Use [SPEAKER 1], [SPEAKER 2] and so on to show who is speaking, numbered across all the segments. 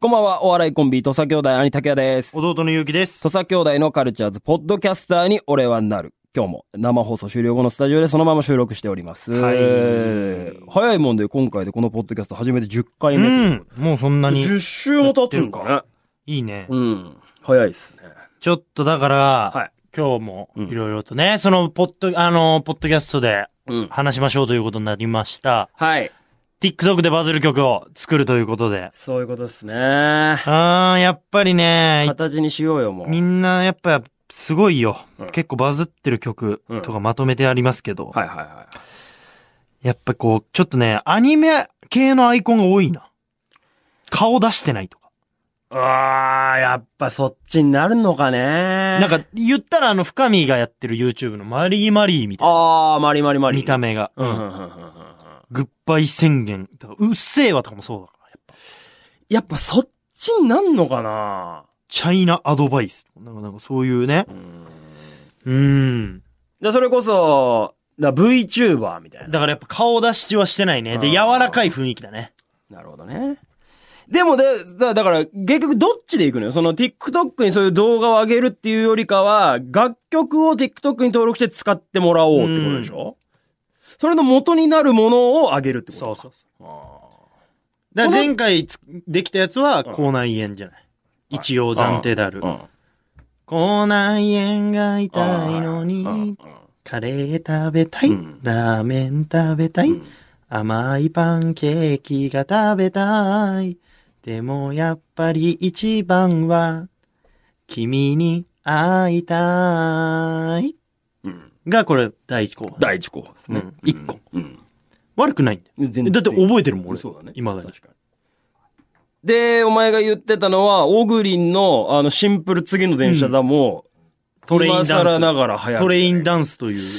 [SPEAKER 1] こんばんは、お笑いコンビ、土佐兄弟、兄竹也です。
[SPEAKER 2] 弟のゆうきです。
[SPEAKER 1] 土佐兄弟のカルチャーズ、ポッドキャスターに俺はなる。今日も生放送終了後のスタジオでそのまま収録しております。
[SPEAKER 2] はい
[SPEAKER 1] 早いもんで、今回でこのポッドキャスト初めて10回
[SPEAKER 2] う
[SPEAKER 1] 目というこ
[SPEAKER 2] ん、もうそんな
[SPEAKER 1] とで。
[SPEAKER 2] に。
[SPEAKER 1] 10週も経ってる
[SPEAKER 2] や
[SPEAKER 1] か
[SPEAKER 2] いいね
[SPEAKER 1] ね。。うん。早いっすね。
[SPEAKER 2] ちょっとだから、
[SPEAKER 1] はい。
[SPEAKER 2] 今日も
[SPEAKER 1] うん
[SPEAKER 2] いろいろとね、そのポッド、あの、ポッドキャストで
[SPEAKER 1] うん。
[SPEAKER 2] 話しましょうということになりました。
[SPEAKER 1] はい。
[SPEAKER 2] TikTok でバズる曲を作るということで。
[SPEAKER 1] そういうことっすね。
[SPEAKER 2] あー、やっぱりね、
[SPEAKER 1] 形にしようよ、もう。
[SPEAKER 2] みんなやっぱすごいよ。
[SPEAKER 1] うん
[SPEAKER 2] 結構バズってる曲とかまとめてありますけど、
[SPEAKER 1] はいはいは
[SPEAKER 2] やっぱこう、ちょっとね、アニメ系のアイコンが多いな。顔出してないとか。
[SPEAKER 1] い。あー、やっぱそっちになるのかね。な
[SPEAKER 2] なん、か、言ったらあの、深見がやってる YouTube のマリーマリーみたい
[SPEAKER 1] あー、マリマリマ
[SPEAKER 2] な。
[SPEAKER 1] リ。
[SPEAKER 2] 見た目が。
[SPEAKER 1] うんうんうん
[SPEAKER 2] うん
[SPEAKER 1] うんうん。
[SPEAKER 2] グッバイ宣言とか。うっせーわとかもそうだから。
[SPEAKER 1] やっぱそっちになんのかな
[SPEAKER 2] チャイナアドバイス。なんか、なんかそういうね。うーん。
[SPEAKER 1] で、それこそ、だ VTuber みたいな。
[SPEAKER 2] だからやっぱ顔出しはしてないね。で、
[SPEAKER 1] うん
[SPEAKER 2] 柔らかい雰囲気だね。
[SPEAKER 1] なるほどね。でもで、だだから、結局どっちで行くのよその TikTok にそういう動画を上げるっていうよりかは、楽曲を TikTok に登録して使ってもらおうってことでしょそれの元になるものを上げるってこと
[SPEAKER 2] そうそううそう。
[SPEAKER 1] そ
[SPEAKER 2] だ
[SPEAKER 1] この
[SPEAKER 2] から前回つできたやつは、口内炎じゃない。一応暫定である
[SPEAKER 1] う。ん。
[SPEAKER 2] 口内炎が痛いの
[SPEAKER 1] うん。
[SPEAKER 2] に、カレー食べたい、
[SPEAKER 1] うん
[SPEAKER 2] ラーメン食べたい、
[SPEAKER 1] うん
[SPEAKER 2] 甘いパンケーキが食べたい。でもやっぱり一番は、君に会いたい。
[SPEAKER 1] うん
[SPEAKER 2] が、これ、第一項。
[SPEAKER 1] 第一候補ですね
[SPEAKER 2] うん。一個
[SPEAKER 1] うん。
[SPEAKER 2] 悪くないんだよ。
[SPEAKER 1] うん。全然
[SPEAKER 2] だって覚えてるもん、俺。
[SPEAKER 1] そうだね。
[SPEAKER 2] 今だに。
[SPEAKER 1] 確かに。で、お前が言ってたのは、オグリンの、あの、シンプル次の電車だも、
[SPEAKER 2] トレインダンス
[SPEAKER 1] 今更ながら流行る。
[SPEAKER 2] トレインダンスという。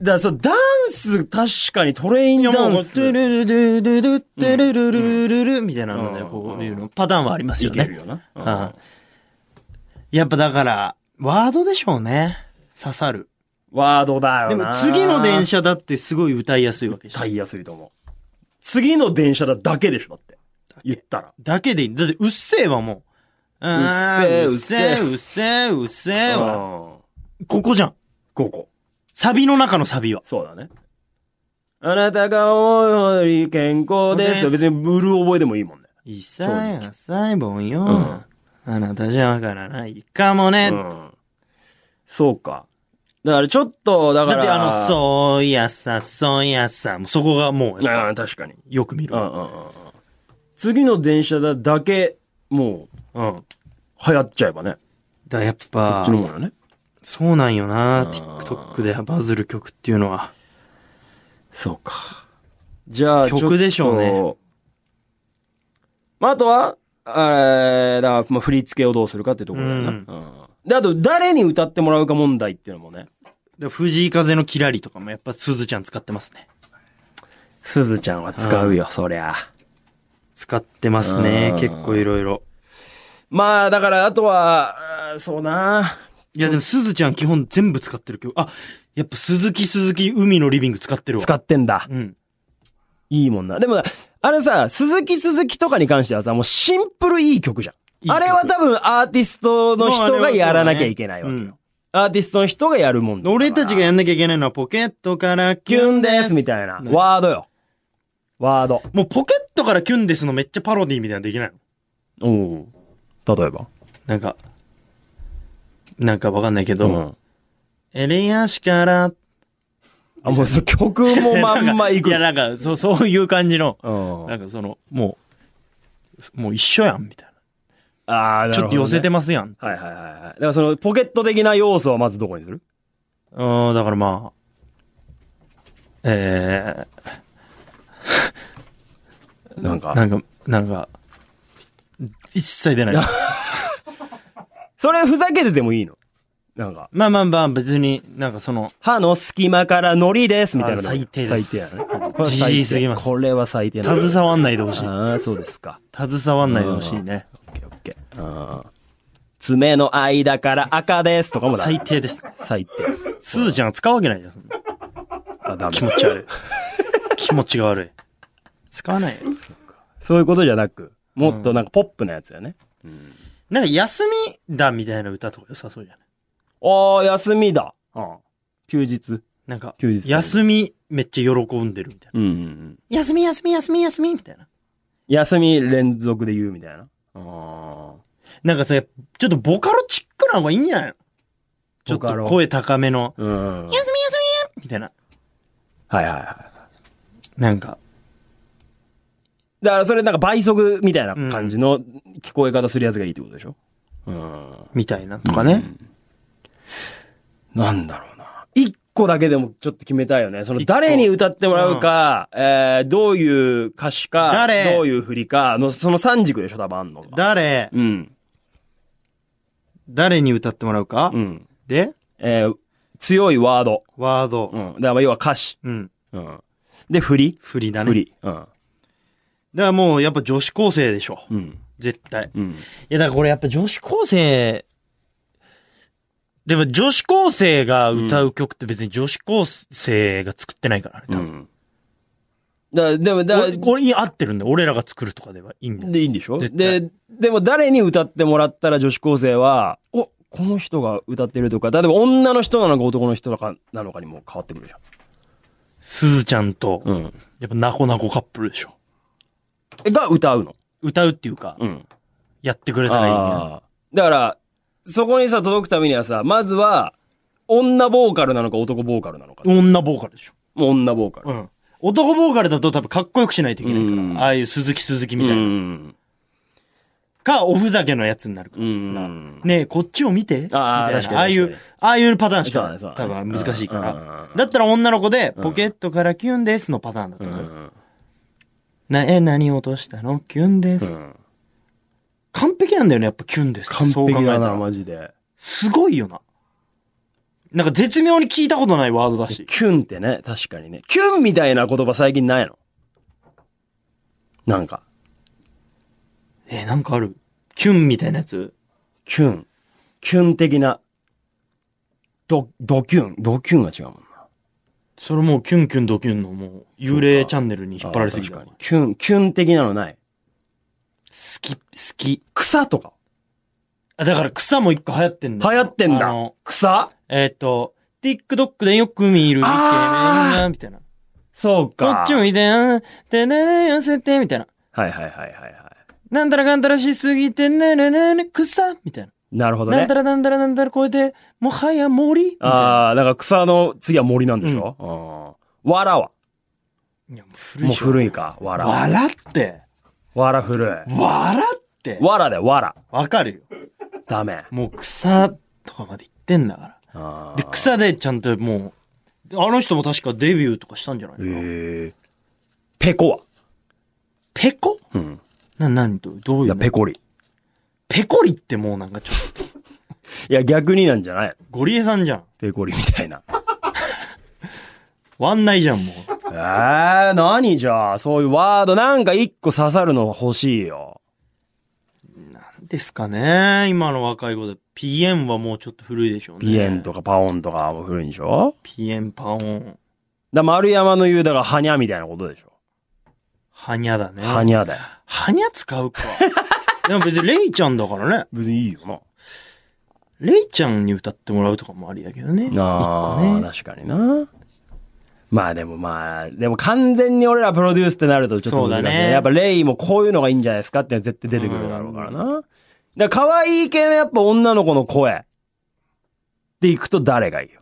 [SPEAKER 1] だからそう、ダンス、確かにトレイン
[SPEAKER 2] いや、
[SPEAKER 1] ダ
[SPEAKER 2] も
[SPEAKER 1] ン
[SPEAKER 2] う、
[SPEAKER 1] ス。
[SPEAKER 2] トゥルルルルルル、トゥルルルルルみたいなので、
[SPEAKER 1] うん
[SPEAKER 2] こういうの。パターンはありますよ
[SPEAKER 1] いけ
[SPEAKER 2] ね
[SPEAKER 1] る。よな。うん
[SPEAKER 2] あやっぱだから、ワードでしょうね。刺さる。
[SPEAKER 1] ワードだよ
[SPEAKER 2] で
[SPEAKER 1] な。
[SPEAKER 2] も、次の電。車だってすごい歌いやすいわけじゃん
[SPEAKER 1] 歌いやすいと思う。次の電車だだけでしょ、だって。言ったら。
[SPEAKER 2] だけでいい。だって、うっせぇわ、もう。う
[SPEAKER 1] う
[SPEAKER 2] ー
[SPEAKER 1] っ
[SPEAKER 2] ん
[SPEAKER 1] せぇ
[SPEAKER 2] うっせぇ、うっせぇ、うっせぇわ。
[SPEAKER 1] こ
[SPEAKER 2] ここじゃん。
[SPEAKER 1] こ。
[SPEAKER 2] サビの中のサビは。
[SPEAKER 1] そうだね。あなたが思うより健康です。別に、ブルー覚えでもいいもんね。
[SPEAKER 2] いさや細胞よ。あなたじゃわからないかもね。
[SPEAKER 1] うんそうか。だからちょっと、だか
[SPEAKER 2] だ
[SPEAKER 1] ら。
[SPEAKER 2] って、あの、そういやさ、そういやさ、もうそこがもう、
[SPEAKER 1] ああ、確かに。
[SPEAKER 2] よく見る
[SPEAKER 1] うんう。んうんうん。次の電車だだけ、もう、
[SPEAKER 2] うん。だか
[SPEAKER 1] 流行っちゃえばね。
[SPEAKER 2] らやっ
[SPEAKER 1] こ
[SPEAKER 2] ぱ
[SPEAKER 1] っち、のものね。
[SPEAKER 2] そうなんよな、
[SPEAKER 1] ー
[SPEAKER 2] TikTok でバズる曲っていうのは。
[SPEAKER 1] そうか。じゃあ、
[SPEAKER 2] 曲でしょうね
[SPEAKER 1] ちっと。まあ、あとは、えー、だから、まあ、振り付けをどうするかってところだよな。
[SPEAKER 2] うん
[SPEAKER 1] うんで、あと、誰に歌ってもらうか問題っていうのもね。
[SPEAKER 2] だから藤井風のキラリとかもやっぱすずちゃん使ってますね。
[SPEAKER 1] すずちゃんは使うよ、そりゃ。
[SPEAKER 2] 使ってますね
[SPEAKER 1] う。ん
[SPEAKER 2] 結構いろいろ。
[SPEAKER 1] まあ、だから、あとは、あーそうな。
[SPEAKER 2] いや、でも、すずちゃん基本全部使ってる曲。あ、やっぱ、鈴木鈴木海のリビング使ってるわ。
[SPEAKER 1] 使ってんだ。
[SPEAKER 2] うん。
[SPEAKER 1] いいもんな。でも、あれさ、鈴木鈴木とかに関してはさ、もうシンプルいい曲じゃん。
[SPEAKER 2] いい曲
[SPEAKER 1] あれは多分アーティストの人がやらなきゃいけないわけよ。
[SPEAKER 2] うん
[SPEAKER 1] アーティストの人がやるもんだから
[SPEAKER 2] 俺たちがやんなきゃいけないのは、ポケットからキ
[SPEAKER 1] キ
[SPEAKER 2] ュ
[SPEAKER 1] ュ
[SPEAKER 2] ン
[SPEAKER 1] ン
[SPEAKER 2] で
[SPEAKER 1] です
[SPEAKER 2] す
[SPEAKER 1] みたいな。
[SPEAKER 2] ね
[SPEAKER 1] ワードよ。ワード。
[SPEAKER 2] もう、ポケットからキュンですのめっちゃパロディみたいなのできないの
[SPEAKER 1] おん。例えば。
[SPEAKER 2] なんか、なんかわかんないけ
[SPEAKER 1] う
[SPEAKER 2] ど、
[SPEAKER 1] ん。
[SPEAKER 2] 襟足から、
[SPEAKER 1] あ、もうその曲もまんまいく。
[SPEAKER 2] いや、なんか、そう、そういう感じの、
[SPEAKER 1] うん。
[SPEAKER 2] なんかその、もう、もう一緒やん、みたい
[SPEAKER 1] ああ、
[SPEAKER 2] な。ちょっと寄せて
[SPEAKER 1] も。
[SPEAKER 2] ますやん。
[SPEAKER 1] はいはいはいはい。だからそのポケット的な要素はまずどこにする
[SPEAKER 2] うん、だからまあ、え
[SPEAKER 1] なんか
[SPEAKER 2] ー、。なんか、なんか、一切出ない。
[SPEAKER 1] それふざけててもいいのなんか。
[SPEAKER 2] まあまあまあ、別に、なんかその、
[SPEAKER 1] 歯の隙間からノリですみたいなの。
[SPEAKER 2] あ最低です
[SPEAKER 1] 最低やね。
[SPEAKER 2] じじいすぎます
[SPEAKER 1] これは最低
[SPEAKER 2] 携わんないでほしい。
[SPEAKER 1] ああ、そうですか。
[SPEAKER 2] 携わんないでほしいね。
[SPEAKER 1] オッケーオッケー。あー爪の間から赤ですとかもダメ
[SPEAKER 2] 最低です。
[SPEAKER 1] 最低。
[SPEAKER 2] すずちゃんが使うわけないじゃん、そんな。
[SPEAKER 1] あ、ダメ
[SPEAKER 2] 気。持ち悪い。気持ちが悪い。使わないよ。
[SPEAKER 1] そういうことじゃなく。もっとなんかポップなやつだよね。
[SPEAKER 2] なんか、休みだみたいな歌とか良さそうじゃない
[SPEAKER 1] ああ、休みだ。うん。休日。
[SPEAKER 2] なんか、
[SPEAKER 1] 休日。
[SPEAKER 2] 休みめっちゃ喜んでるみたい
[SPEAKER 1] うんうんうん。
[SPEAKER 2] な。休み休み休み休みみたいな。
[SPEAKER 1] 休み連続で言うみたいな。あ
[SPEAKER 2] なんかさ、ちょっとボカロチックな方がいいんじゃないのちょっ
[SPEAKER 1] ボカ
[SPEAKER 2] と
[SPEAKER 1] ロ
[SPEAKER 2] 声高めの、
[SPEAKER 1] あ。うん。はい
[SPEAKER 2] 休み休みみたいな。
[SPEAKER 1] はいはい。
[SPEAKER 2] なんか、
[SPEAKER 1] だからそれなんか倍速みたいな感じの聞こえ方するやつがいいってことでしょうん。
[SPEAKER 2] みたいなとかね。
[SPEAKER 1] なんだろうな。一個だけでもちょっと決めたいよね。その誰に歌ってもらうか、えー、どういう歌詞か、
[SPEAKER 2] 誰
[SPEAKER 1] どういう振りかの、その三軸でしょ、多分あんのが。
[SPEAKER 2] 誰、
[SPEAKER 1] うん。
[SPEAKER 2] 誰に歌ってもらうか、
[SPEAKER 1] うん。
[SPEAKER 2] で、
[SPEAKER 1] えー、強いワード。
[SPEAKER 2] ワード
[SPEAKER 1] う。ん。だからまあ要は歌詞。
[SPEAKER 2] うん。
[SPEAKER 1] うん。で、振り
[SPEAKER 2] 振りだね。
[SPEAKER 1] 振り。うん。
[SPEAKER 2] だからもうやっぱ女子高生でしょ。
[SPEAKER 1] うん。
[SPEAKER 2] 絶対。
[SPEAKER 1] うん。
[SPEAKER 2] いやだからこれやっぱ女子高生、でも女子高生が歌う曲って別に女子高生が作ってないからね。
[SPEAKER 1] う
[SPEAKER 2] 多分
[SPEAKER 1] ん。だからでも、だから
[SPEAKER 2] 俺これに合ってるんだ。俺らが作るとかではいいんだよ。
[SPEAKER 1] でいいんでしょ
[SPEAKER 2] 絶対
[SPEAKER 1] で、でも誰に歌ってもらったら女子高生は、おこの人が歌ってるとか、例えば女の人なのか男の人なのかなのかにも変わってくるじ
[SPEAKER 2] すずちゃんと、
[SPEAKER 1] ゃん。うん。
[SPEAKER 2] やっぱなこなこカップルでしょ。
[SPEAKER 1] が歌うの。
[SPEAKER 2] 歌うっていうか、
[SPEAKER 1] うん。
[SPEAKER 2] やってくれたらいいんだよ
[SPEAKER 1] ああ。だから、そこにさ、届くためにはさ、まずは、女ボーカルなのか男ボーカルなのか。
[SPEAKER 2] 女ボーカルでしょ。
[SPEAKER 1] もう女ボーカル。
[SPEAKER 2] うん。男ボーカルだと多分かっこよくしないといけないから、
[SPEAKER 1] うん
[SPEAKER 2] ああいう鈴木鈴木み
[SPEAKER 1] う
[SPEAKER 2] たいな。
[SPEAKER 1] ん。
[SPEAKER 2] か、おふざけのやつになるから。
[SPEAKER 1] うん
[SPEAKER 2] ねえ、こっちを見てみたい
[SPEAKER 1] ああ
[SPEAKER 2] な。
[SPEAKER 1] 確かに
[SPEAKER 2] ああい
[SPEAKER 1] 確
[SPEAKER 2] う
[SPEAKER 1] か、
[SPEAKER 2] ああいうパターンし
[SPEAKER 1] そうだ
[SPEAKER 2] か、
[SPEAKER 1] ねそうだ
[SPEAKER 2] 多
[SPEAKER 1] ね
[SPEAKER 2] 分難しいか
[SPEAKER 1] うんうん
[SPEAKER 2] ら
[SPEAKER 1] う。ん
[SPEAKER 2] だったら女の子で、
[SPEAKER 1] うん
[SPEAKER 2] ポケットからキュンですのパターンだと
[SPEAKER 1] う
[SPEAKER 2] 思う。
[SPEAKER 1] ん。
[SPEAKER 2] な、え、何落としたのキュンです。完璧なんだよね、やっぱキュンですって。
[SPEAKER 1] 完璧だ
[SPEAKER 2] そう
[SPEAKER 1] な、
[SPEAKER 2] 考えたら
[SPEAKER 1] マジで。
[SPEAKER 2] すごいよな。なんか絶妙に聞いたことないワードだし。
[SPEAKER 1] キュンってね、確かにね。キュンみたいな言葉最近ないのなんか、
[SPEAKER 2] え、なんかあるキュンみたいなやつ
[SPEAKER 1] キュン。キュン的な。ド、ドキュン。ドキュンが違うもんな。
[SPEAKER 2] それもうキュンキュンドキュンのもう幽霊チャンネルに引っ張られすぎ
[SPEAKER 1] あ
[SPEAKER 2] た。
[SPEAKER 1] 確か
[SPEAKER 2] 好
[SPEAKER 1] に。キュン、キュン的なのない。
[SPEAKER 2] き、好き。
[SPEAKER 1] 草とか。
[SPEAKER 2] あ、だから草も一個流行ってんだよ。
[SPEAKER 1] 流行ってん
[SPEAKER 2] あ
[SPEAKER 1] だ
[SPEAKER 2] の。
[SPEAKER 1] 草
[SPEAKER 2] えーっ、と、TikTok でよく見るイケメン
[SPEAKER 1] あ
[SPEAKER 2] が、みたいな。
[SPEAKER 1] そう
[SPEAKER 2] こ
[SPEAKER 1] か。
[SPEAKER 2] っちも見て、うんてねね寄せて、みたいな。
[SPEAKER 1] はいはいはいはいは
[SPEAKER 2] なんたらかんたらしすぎて、ねねねね、草みたいな。
[SPEAKER 1] い。なるほど
[SPEAKER 2] なん
[SPEAKER 1] ね
[SPEAKER 2] た。らなんたらなんたら超えて、もはや森みたいな。
[SPEAKER 1] ああ、だから草の次は森なんでしょ、うん、わらは。
[SPEAKER 2] いや、もう古い
[SPEAKER 1] もう
[SPEAKER 2] でしょ。
[SPEAKER 1] 古いか。わら。
[SPEAKER 2] 笑って。
[SPEAKER 1] わら古い。
[SPEAKER 2] 笑って。
[SPEAKER 1] わらでわら。
[SPEAKER 2] わかるよ。
[SPEAKER 1] ダメ。
[SPEAKER 2] もう草とかまで行ってんだから。
[SPEAKER 1] あ
[SPEAKER 2] で、草でちゃんともう、あの人も確かデビューとかしたんじゃない
[SPEAKER 1] え
[SPEAKER 2] の
[SPEAKER 1] ペコは。
[SPEAKER 2] ペコ
[SPEAKER 1] うん。
[SPEAKER 2] な、何と、ど
[SPEAKER 1] い
[SPEAKER 2] ういう
[SPEAKER 1] や、
[SPEAKER 2] の
[SPEAKER 1] ペコリ。
[SPEAKER 2] ペコリってもうなんかちょっと、
[SPEAKER 1] いや、逆になんじゃない
[SPEAKER 2] ゴリエさんじゃん。
[SPEAKER 1] ペコリみたいな。
[SPEAKER 2] ワンナイじゃん、もう。
[SPEAKER 1] ええー、何じゃあ、そういうワードなんか一個刺さるの欲しいよ。
[SPEAKER 2] ですかね。今の若い子で。ピエンはもうちょっと古いでしょうね。
[SPEAKER 1] ピエンとかパオンとかも古いんでしょ
[SPEAKER 2] ピエンパオン。
[SPEAKER 1] だ、丸山の言う、だから、ハニャみたいなことでしょ。
[SPEAKER 2] ハニャだね。
[SPEAKER 1] ハニャだよ。
[SPEAKER 2] ハニャ使うか。 でも別にレイちゃんだからね。
[SPEAKER 1] 別にいいよな。
[SPEAKER 2] レイちゃんに歌ってもらうとかもありだけどね。一
[SPEAKER 1] あ
[SPEAKER 2] 個
[SPEAKER 1] あ、
[SPEAKER 2] ね。
[SPEAKER 1] 確かにな。まあでもまあ、でも完全に俺らプロデュースってなるとちょっと難しい、
[SPEAKER 2] そ
[SPEAKER 1] ね
[SPEAKER 2] うだね
[SPEAKER 1] やっぱレイもこういうのがいいんじゃないですかって絶対出てくるだろうからな。だから可愛い系のやっぱ女の子の声で行くと誰がいいよ。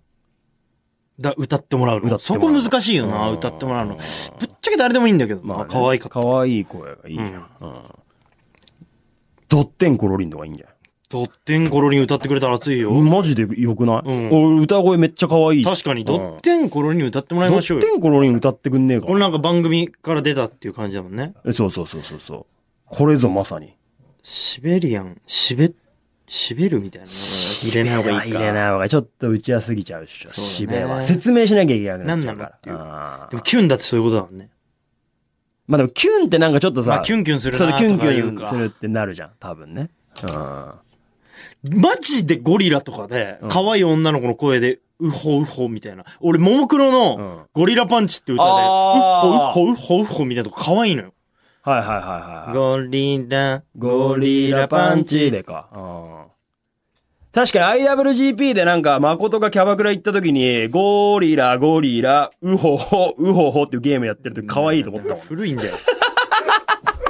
[SPEAKER 2] だ、歌ってもらう
[SPEAKER 1] 歌
[SPEAKER 2] の。
[SPEAKER 1] っても
[SPEAKER 2] そ
[SPEAKER 1] らう
[SPEAKER 2] こ
[SPEAKER 1] の
[SPEAKER 2] 難しいよな、
[SPEAKER 1] うん
[SPEAKER 2] 歌ってもらうの。ぶっちゃけ誰でもいいんだけどな、可愛かった。
[SPEAKER 1] 可愛い声がいいじゃん。うんドッテンコロリンとかいいんじゃない
[SPEAKER 2] ドッテンコロリン歌ってくれたら熱いよ。
[SPEAKER 1] マジで良くない、
[SPEAKER 2] うん
[SPEAKER 1] 俺歌声めっちゃ可愛いし
[SPEAKER 2] 確かに、ドッテンコロリン歌ってもらい
[SPEAKER 1] ド
[SPEAKER 2] ましょ
[SPEAKER 1] ッ
[SPEAKER 2] うよ
[SPEAKER 1] テ。ンコロリン歌ってくんねえか
[SPEAKER 2] これなんか番組から出たっていう感じだもんね。
[SPEAKER 1] えそうそうそうそうそう。これぞまさに。
[SPEAKER 2] シベリアン、しべ、しべるみたいなの入れない方がいいか。
[SPEAKER 1] 入れない方がいいちょっと打ちやすぎちゃうっしょ、
[SPEAKER 2] そうだね
[SPEAKER 1] しべは。説明しなきゃいけなくなっちゃう
[SPEAKER 2] なんなの
[SPEAKER 1] か
[SPEAKER 2] ってい
[SPEAKER 1] ら。
[SPEAKER 2] う
[SPEAKER 1] あー
[SPEAKER 2] でもキュンだってそういうことだもんね。
[SPEAKER 1] まあでも、キュンってなんかちょっとさ、
[SPEAKER 2] まあキュンキュンする
[SPEAKER 1] それ
[SPEAKER 2] な
[SPEAKER 1] キュ
[SPEAKER 2] と
[SPEAKER 1] ンキ
[SPEAKER 2] か言
[SPEAKER 1] ュ
[SPEAKER 2] う
[SPEAKER 1] ン
[SPEAKER 2] か
[SPEAKER 1] するってなるじゃん、多分ね。うん。
[SPEAKER 2] マジでゴリラとかで、可愛い女の子の声で、うほうほみたいな。俺、ももクロ
[SPEAKER 1] うん
[SPEAKER 2] のゴリラパンチって歌で、う
[SPEAKER 1] あー
[SPEAKER 2] ほうほうほうほみたいなとこ可愛いのよ。
[SPEAKER 1] はいはいはいはい。
[SPEAKER 2] ゴリラ、
[SPEAKER 1] ゴリラパンチでか。うん確かに IWGP でなんか、誠がキャバクラ行った時に、ゴリラ、ゴリラ、ウホホ、ウホホっていうゲームやってる時可愛いと思ったもん。
[SPEAKER 2] 古いんだよ。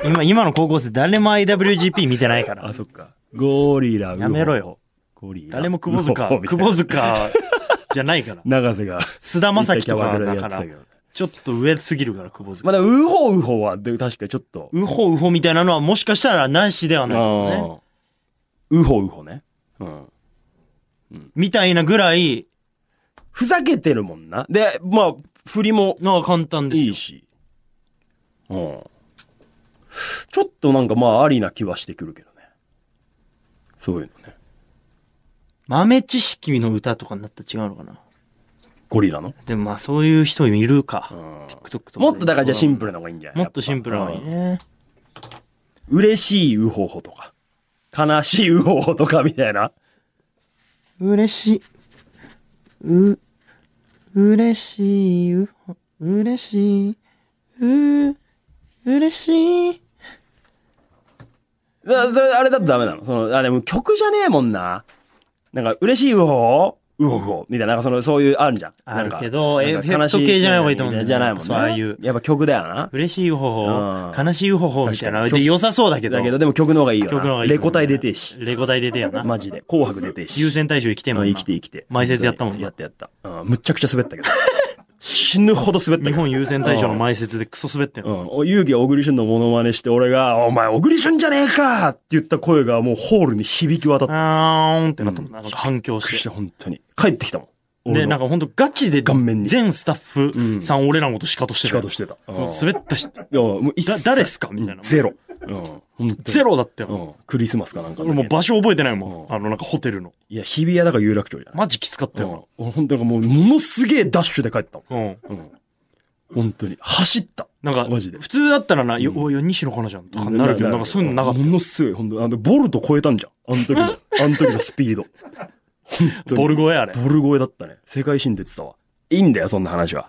[SPEAKER 2] 今、今の高校生誰も IWGP 見てないから。
[SPEAKER 1] あ、そっか。ゴリラ、ウホホ
[SPEAKER 2] やめろよ。
[SPEAKER 1] ゴリラ。
[SPEAKER 2] 誰も久保塚、
[SPEAKER 1] ウホホみたい
[SPEAKER 2] 久
[SPEAKER 1] な。
[SPEAKER 2] 保塚じゃないから
[SPEAKER 1] 長瀬が。
[SPEAKER 2] 菅田将暉と
[SPEAKER 1] 行ったキャバ
[SPEAKER 2] かだか
[SPEAKER 1] クラやっ
[SPEAKER 2] ら
[SPEAKER 1] てたけど、
[SPEAKER 2] ちょっと上すぎるから、久保塚。
[SPEAKER 1] まだ、ウホウホは、で確かにちょっと。
[SPEAKER 2] うほうほみたいなのはもしかしたらなしではないかもね。
[SPEAKER 1] うんウホウホね。うん。
[SPEAKER 2] みたいなぐらい
[SPEAKER 1] ふざけてるもんな。で、まあ、振りも
[SPEAKER 2] のは簡単ですよ。
[SPEAKER 1] いいし。うん。ちょっとなんかまあ、ありな気はしてくるけどね。そういうのね。
[SPEAKER 2] 豆知識の歌とかになったら違うのかな。
[SPEAKER 1] ゴリラの。
[SPEAKER 2] でもまあそういう人いるか。
[SPEAKER 1] ん
[SPEAKER 2] TikTok とかで。
[SPEAKER 1] もっとだからじゃあシンプルな方がいいんじゃない
[SPEAKER 2] もっとシンプルなのに。
[SPEAKER 1] やっ
[SPEAKER 2] ね。
[SPEAKER 1] ぱうん嬉しいウホホとか。悲しいウホホとかみたいな。
[SPEAKER 2] 嬉しい。う、嬉しい、う、嬉しい、う、嬉しい。
[SPEAKER 1] だそれあれだとダメなのその、あ、でも曲じゃねえもんな。なんか、嬉しいウホホウホホみたいな、なんかその、そういう、あるじゃん。
[SPEAKER 2] あるけ
[SPEAKER 1] な
[SPEAKER 2] ど
[SPEAKER 1] んか
[SPEAKER 2] エフェクト系じゃない方がいいと思うんだよね
[SPEAKER 1] じゃないもんね。
[SPEAKER 2] そうああいう
[SPEAKER 1] やっぱ曲だよな。
[SPEAKER 2] 嬉しい方
[SPEAKER 1] うん
[SPEAKER 2] 法、悲しい方法みたいな。
[SPEAKER 1] 確かに
[SPEAKER 2] で、良さそうだけど。
[SPEAKER 1] だけど、でも曲の方がいいよな。
[SPEAKER 2] 曲の方がいいと
[SPEAKER 1] レ
[SPEAKER 2] 思
[SPEAKER 1] コ
[SPEAKER 2] うね
[SPEAKER 1] 隊出てえし。
[SPEAKER 2] レコ大出てよな。
[SPEAKER 1] マジで。紅白出てえし。
[SPEAKER 2] 優先大賞生きて
[SPEAKER 1] で
[SPEAKER 2] んも
[SPEAKER 1] も
[SPEAKER 2] んな
[SPEAKER 1] 生きて生きて。
[SPEAKER 2] 前説やったもんな
[SPEAKER 1] やったやった。うん、むっちゃくちゃ滑ったけど。死ぬほど滑ったけ
[SPEAKER 2] 日
[SPEAKER 1] ど。
[SPEAKER 2] 本優先大賞の前説でクソ滑ってん
[SPEAKER 1] う
[SPEAKER 2] の。
[SPEAKER 1] ん。お遊戯は小栗旬のモノマネして、俺が、お前小栗旬じゃねえかって言った声がもうホールに響き渡って。びっ
[SPEAKER 2] あーんってなったもんな。なんか反響
[SPEAKER 1] くりし、
[SPEAKER 2] して
[SPEAKER 1] 本当に。帰ってきたもん。
[SPEAKER 2] て。で、なん
[SPEAKER 1] か、
[SPEAKER 2] かほんとガチで
[SPEAKER 1] 顔面に
[SPEAKER 2] 全スタッフさん俺らのことシカトして
[SPEAKER 1] 仕
[SPEAKER 2] たよ。
[SPEAKER 1] 方してた。うん
[SPEAKER 2] そう滑ったし、
[SPEAKER 1] いや、もう一切
[SPEAKER 2] だ誰っすかみたいな
[SPEAKER 1] ゼロ。うん。本当に
[SPEAKER 2] ゼロだった
[SPEAKER 1] う
[SPEAKER 2] よ。
[SPEAKER 1] ん。クリスマスかなんかの
[SPEAKER 2] 俺
[SPEAKER 1] 時。
[SPEAKER 2] もう場所覚えてないも
[SPEAKER 1] うん
[SPEAKER 2] ん。あの、なんかホテルの。
[SPEAKER 1] いや、日比谷だから有楽町じゃない。
[SPEAKER 2] マジきつかったよ。
[SPEAKER 1] うん俺本当にもう、ものすげえダッシュで帰ったもん。
[SPEAKER 2] うん。
[SPEAKER 1] うん。本当に。走った。
[SPEAKER 2] なんか、
[SPEAKER 1] マジで
[SPEAKER 2] 普通だったらな、よ、おい、西野カナじゃんとかなるけど、なんかそういうのなかっ
[SPEAKER 1] ものすごい、本当あの、ボルト超えたんじゃん。あの時 の、あの時のスピード。
[SPEAKER 2] た。ボルゴやあれ。
[SPEAKER 1] ボル超えだったね。世界新出てたわ。いいんだよ、そんな話は。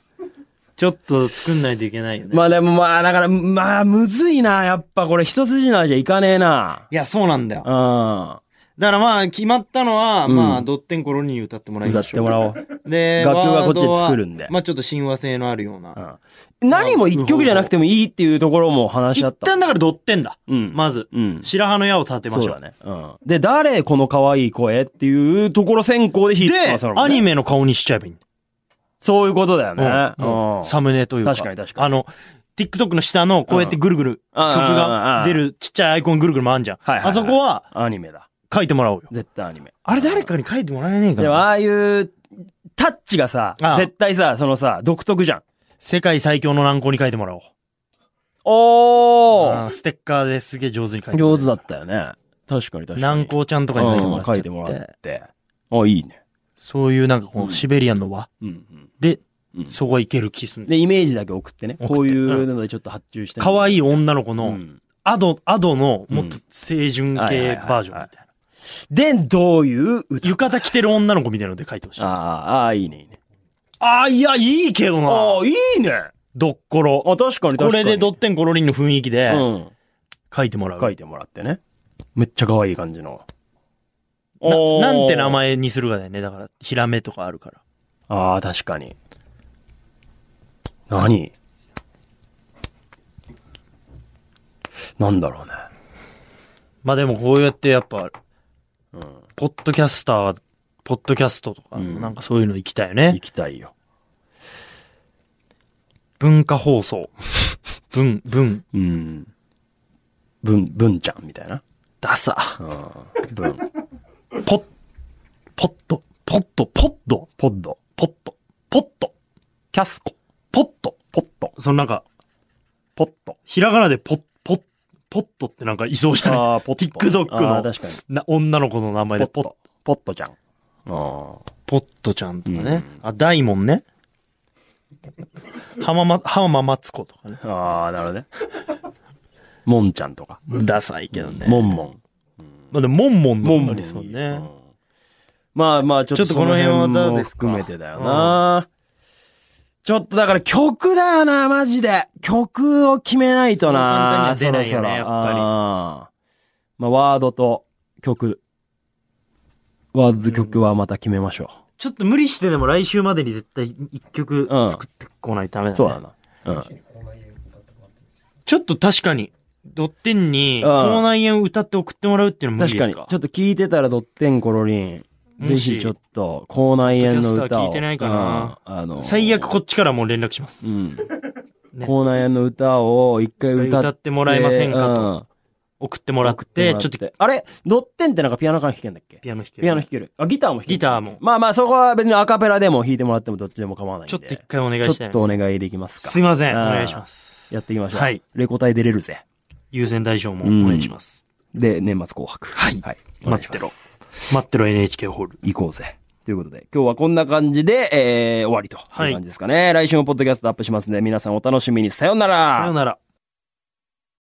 [SPEAKER 2] ちょっと作んないといけないよね。
[SPEAKER 1] まあでもまあ、だから、まあ、むずいな。やっぱこれ一筋縄じゃいかねえな。
[SPEAKER 2] いや、そうなんだよ。
[SPEAKER 1] う
[SPEAKER 2] だからまあ、決まったのは、
[SPEAKER 1] うん
[SPEAKER 2] まあ、ドッテンコロニーに歌ってもら
[SPEAKER 1] ん。
[SPEAKER 2] い
[SPEAKER 1] 歌
[SPEAKER 2] ま
[SPEAKER 1] っ
[SPEAKER 2] してょう。
[SPEAKER 1] もらおう。
[SPEAKER 2] う。で、
[SPEAKER 1] 楽譜は
[SPEAKER 2] ワード
[SPEAKER 1] こっちで作るんで
[SPEAKER 2] まあ、ちょっと親和性のあるような。
[SPEAKER 1] うん何も一曲じゃなくてもいいっていうところも話し合
[SPEAKER 2] 一
[SPEAKER 1] った。
[SPEAKER 2] 旦だからドッテンだ。
[SPEAKER 1] うん。
[SPEAKER 2] まず、
[SPEAKER 1] うん。
[SPEAKER 2] 白羽の矢を立てま
[SPEAKER 1] そう
[SPEAKER 2] しょ
[SPEAKER 1] だ
[SPEAKER 2] う。
[SPEAKER 1] ね。うん。で、誰この可愛い声っていうところ先行で弾いて
[SPEAKER 2] で、アニメの顔にしちゃえばいいん
[SPEAKER 1] そういうことだよね。
[SPEAKER 2] だうん
[SPEAKER 1] うん
[SPEAKER 2] サムネというか。
[SPEAKER 1] 確かに確かに
[SPEAKER 2] あの、TikTok の下のこうやってぐるぐる、曲
[SPEAKER 1] うん
[SPEAKER 2] が出
[SPEAKER 1] うん
[SPEAKER 2] るちっちゃいアイコンぐるぐる回んじゃん。
[SPEAKER 1] はいはいはい
[SPEAKER 2] あそこは
[SPEAKER 1] アニメだ。
[SPEAKER 2] 書いてもらおうよ。
[SPEAKER 1] 絶対アニメ。
[SPEAKER 2] あれ誰かに書いてもらえねえか
[SPEAKER 1] でも、
[SPEAKER 2] な。
[SPEAKER 1] ああいう、タッチがさ
[SPEAKER 2] あ、あ
[SPEAKER 1] 絶対さ、そのさ、独特じゃん。
[SPEAKER 2] 世界最強の軟膏に書いてもらおう。
[SPEAKER 1] お
[SPEAKER 2] あ
[SPEAKER 1] ー
[SPEAKER 2] ーステッカーですげえ上手に書いてもら
[SPEAKER 1] 上
[SPEAKER 2] おう
[SPEAKER 1] 手だったよね。確かに確かに。
[SPEAKER 2] 軟膏ちゃんとかに書いてもらっちゃ
[SPEAKER 1] う
[SPEAKER 2] っ
[SPEAKER 1] ん書
[SPEAKER 2] て。
[SPEAKER 1] いてもらって。あ、いいね。
[SPEAKER 2] そういうなんかこ
[SPEAKER 1] うん
[SPEAKER 2] のシベリアンの輪
[SPEAKER 1] うん
[SPEAKER 2] で、
[SPEAKER 1] うん
[SPEAKER 2] そこはいける気す
[SPEAKER 1] うんん。で、イメージだけ送ってね。
[SPEAKER 2] 送って
[SPEAKER 1] こういうのでちょっと発注して。
[SPEAKER 2] 可愛
[SPEAKER 1] い
[SPEAKER 2] い女の子
[SPEAKER 1] の。う
[SPEAKER 2] の、
[SPEAKER 1] ん
[SPEAKER 2] アド、アドのもっ
[SPEAKER 1] う
[SPEAKER 2] と
[SPEAKER 1] ん
[SPEAKER 2] 清純系バージョンみたいな。
[SPEAKER 1] で、どういう歌
[SPEAKER 2] 浴衣着てる女の子みたいなので書いてほしい。
[SPEAKER 1] あ
[SPEAKER 2] あ
[SPEAKER 1] あ、ああ、いいね、いいね。
[SPEAKER 2] あ、いや、いいけど
[SPEAKER 1] あ
[SPEAKER 2] な。
[SPEAKER 1] あ、いいね。
[SPEAKER 2] どっころ。
[SPEAKER 1] あ、確かに確か
[SPEAKER 2] こ
[SPEAKER 1] に。
[SPEAKER 2] れでドッテンコロリンの雰囲気で
[SPEAKER 1] うん。
[SPEAKER 2] 書いてもらう。
[SPEAKER 1] 書いてもらってね。めっちゃ可愛い感じの。
[SPEAKER 2] な
[SPEAKER 1] おー
[SPEAKER 2] なんて名前にするかだよね。だから、ヒラメとかあるから。
[SPEAKER 1] ああ、確かに。何なんだろうね。
[SPEAKER 2] まあでもこうやってやっぱ、
[SPEAKER 1] うん。
[SPEAKER 2] ポッドキャスターは、ポッドキャストとか、
[SPEAKER 1] うん
[SPEAKER 2] なんかそういうの行きたいよね
[SPEAKER 1] 行。きたいよ。
[SPEAKER 2] 文化放送。文、文、
[SPEAKER 1] うん。ぶん、ぶんちゃんみたいな。
[SPEAKER 2] ダサ。
[SPEAKER 1] うん。ぶん。
[SPEAKER 2] ポッ、ポッド、ポッド、ポッド、
[SPEAKER 1] ポッド。
[SPEAKER 2] ポッド、ポッド、
[SPEAKER 1] キャスコ。
[SPEAKER 2] ポッド。
[SPEAKER 1] ポット。
[SPEAKER 2] そのなんか、
[SPEAKER 1] ポット。
[SPEAKER 2] ひらがなでポッ、ポッ、ポッドってなんかいそうじゃない
[SPEAKER 1] ああ、 ポット。
[SPEAKER 2] TikTok の
[SPEAKER 1] あー確かに。
[SPEAKER 2] な、女の子の名前
[SPEAKER 1] ポ
[SPEAKER 2] で
[SPEAKER 1] ッ
[SPEAKER 2] ポッ
[SPEAKER 1] ト。ポットちゃん。ああ。
[SPEAKER 2] ポットちゃんとか
[SPEAKER 1] うん
[SPEAKER 2] ね。あ、大門ね。浜ま、浜松子とかね。
[SPEAKER 1] ああ、なるほどね。もんちゃんとか。
[SPEAKER 2] ダサいけどね。
[SPEAKER 1] もんもん。
[SPEAKER 2] まあでも、モンモン
[SPEAKER 1] も
[SPEAKER 2] の
[SPEAKER 1] んも
[SPEAKER 2] 方が
[SPEAKER 1] ん。
[SPEAKER 2] いいですもん
[SPEAKER 1] う
[SPEAKER 2] ね。
[SPEAKER 1] ん。まあまあ、ちょっ
[SPEAKER 2] ちょ
[SPEAKER 1] と
[SPEAKER 2] っとこの辺はどうですか
[SPEAKER 1] その辺も含めてだよな。ちょっとだから曲だよな、マジで。曲を決めないとな。
[SPEAKER 2] そう簡単には出ない
[SPEAKER 1] そ
[SPEAKER 2] よね
[SPEAKER 1] ろそろ
[SPEAKER 2] やっぱり
[SPEAKER 1] あーまあ、ワードと曲。ワードと曲はまた決めましょ
[SPEAKER 2] ちょっと無理してでも来週までに絶対一曲
[SPEAKER 1] うん
[SPEAKER 2] 作ってこないとダ
[SPEAKER 1] う。
[SPEAKER 2] メだね。
[SPEAKER 1] そうだな。うん。
[SPEAKER 2] ちょっと確かに、ドッテンに、
[SPEAKER 1] うん
[SPEAKER 2] 口内炎を歌って送ってもらうっていうのも無
[SPEAKER 1] 確
[SPEAKER 2] 理
[SPEAKER 1] かに。
[SPEAKER 2] です
[SPEAKER 1] ちょ
[SPEAKER 2] か
[SPEAKER 1] っと聞いてたらドッテンコロリン。
[SPEAKER 2] もし
[SPEAKER 1] ぜひちょっと、口内炎の
[SPEAKER 2] ポッドキャスト
[SPEAKER 1] 歌
[SPEAKER 2] は
[SPEAKER 1] を。
[SPEAKER 2] 聞いてないかな
[SPEAKER 1] うんあのー
[SPEAKER 2] 最悪こっちからもう連絡します
[SPEAKER 1] う。ん。
[SPEAKER 2] ね
[SPEAKER 1] 口内炎の歌を一回歌って。
[SPEAKER 2] 歌ってもらえませんかと。
[SPEAKER 1] うん
[SPEAKER 2] 送ってもらっ
[SPEAKER 1] で
[SPEAKER 2] て、ちょっと
[SPEAKER 1] あれドッテンってなんかピアノから弾けんだっけ
[SPEAKER 2] ピアノ弾ける。
[SPEAKER 1] ピアノ弾ける。あ、ギターも弾ける。
[SPEAKER 2] ギターも
[SPEAKER 1] まあまあ、そこは別にアカペラでも弾いてもらってもどっちでも構わないんで。
[SPEAKER 2] ちょっと一回お願いし
[SPEAKER 1] ち
[SPEAKER 2] た
[SPEAKER 1] ょ
[SPEAKER 2] い
[SPEAKER 1] っ
[SPEAKER 2] な。
[SPEAKER 1] とお願いできますか。
[SPEAKER 2] すいません。お
[SPEAKER 1] あー
[SPEAKER 2] 願いします。
[SPEAKER 1] やっていきましょう。
[SPEAKER 2] はい。
[SPEAKER 1] レコ大出れるぜ。
[SPEAKER 2] 優先大賞も
[SPEAKER 1] うん
[SPEAKER 2] お願いします。
[SPEAKER 1] で、年末紅白。
[SPEAKER 2] はい
[SPEAKER 1] はい。
[SPEAKER 2] 待ってろ
[SPEAKER 1] お願いします。
[SPEAKER 2] 待ってろ NHK ホール。
[SPEAKER 1] 行こうぜ。ということで、今日はこんな感じで、えー、終わりと。
[SPEAKER 2] はい
[SPEAKER 1] いう感じですかね。来週もポッドキャストアップしますんで、皆さんお楽しみに。さようなら。
[SPEAKER 2] さよなら。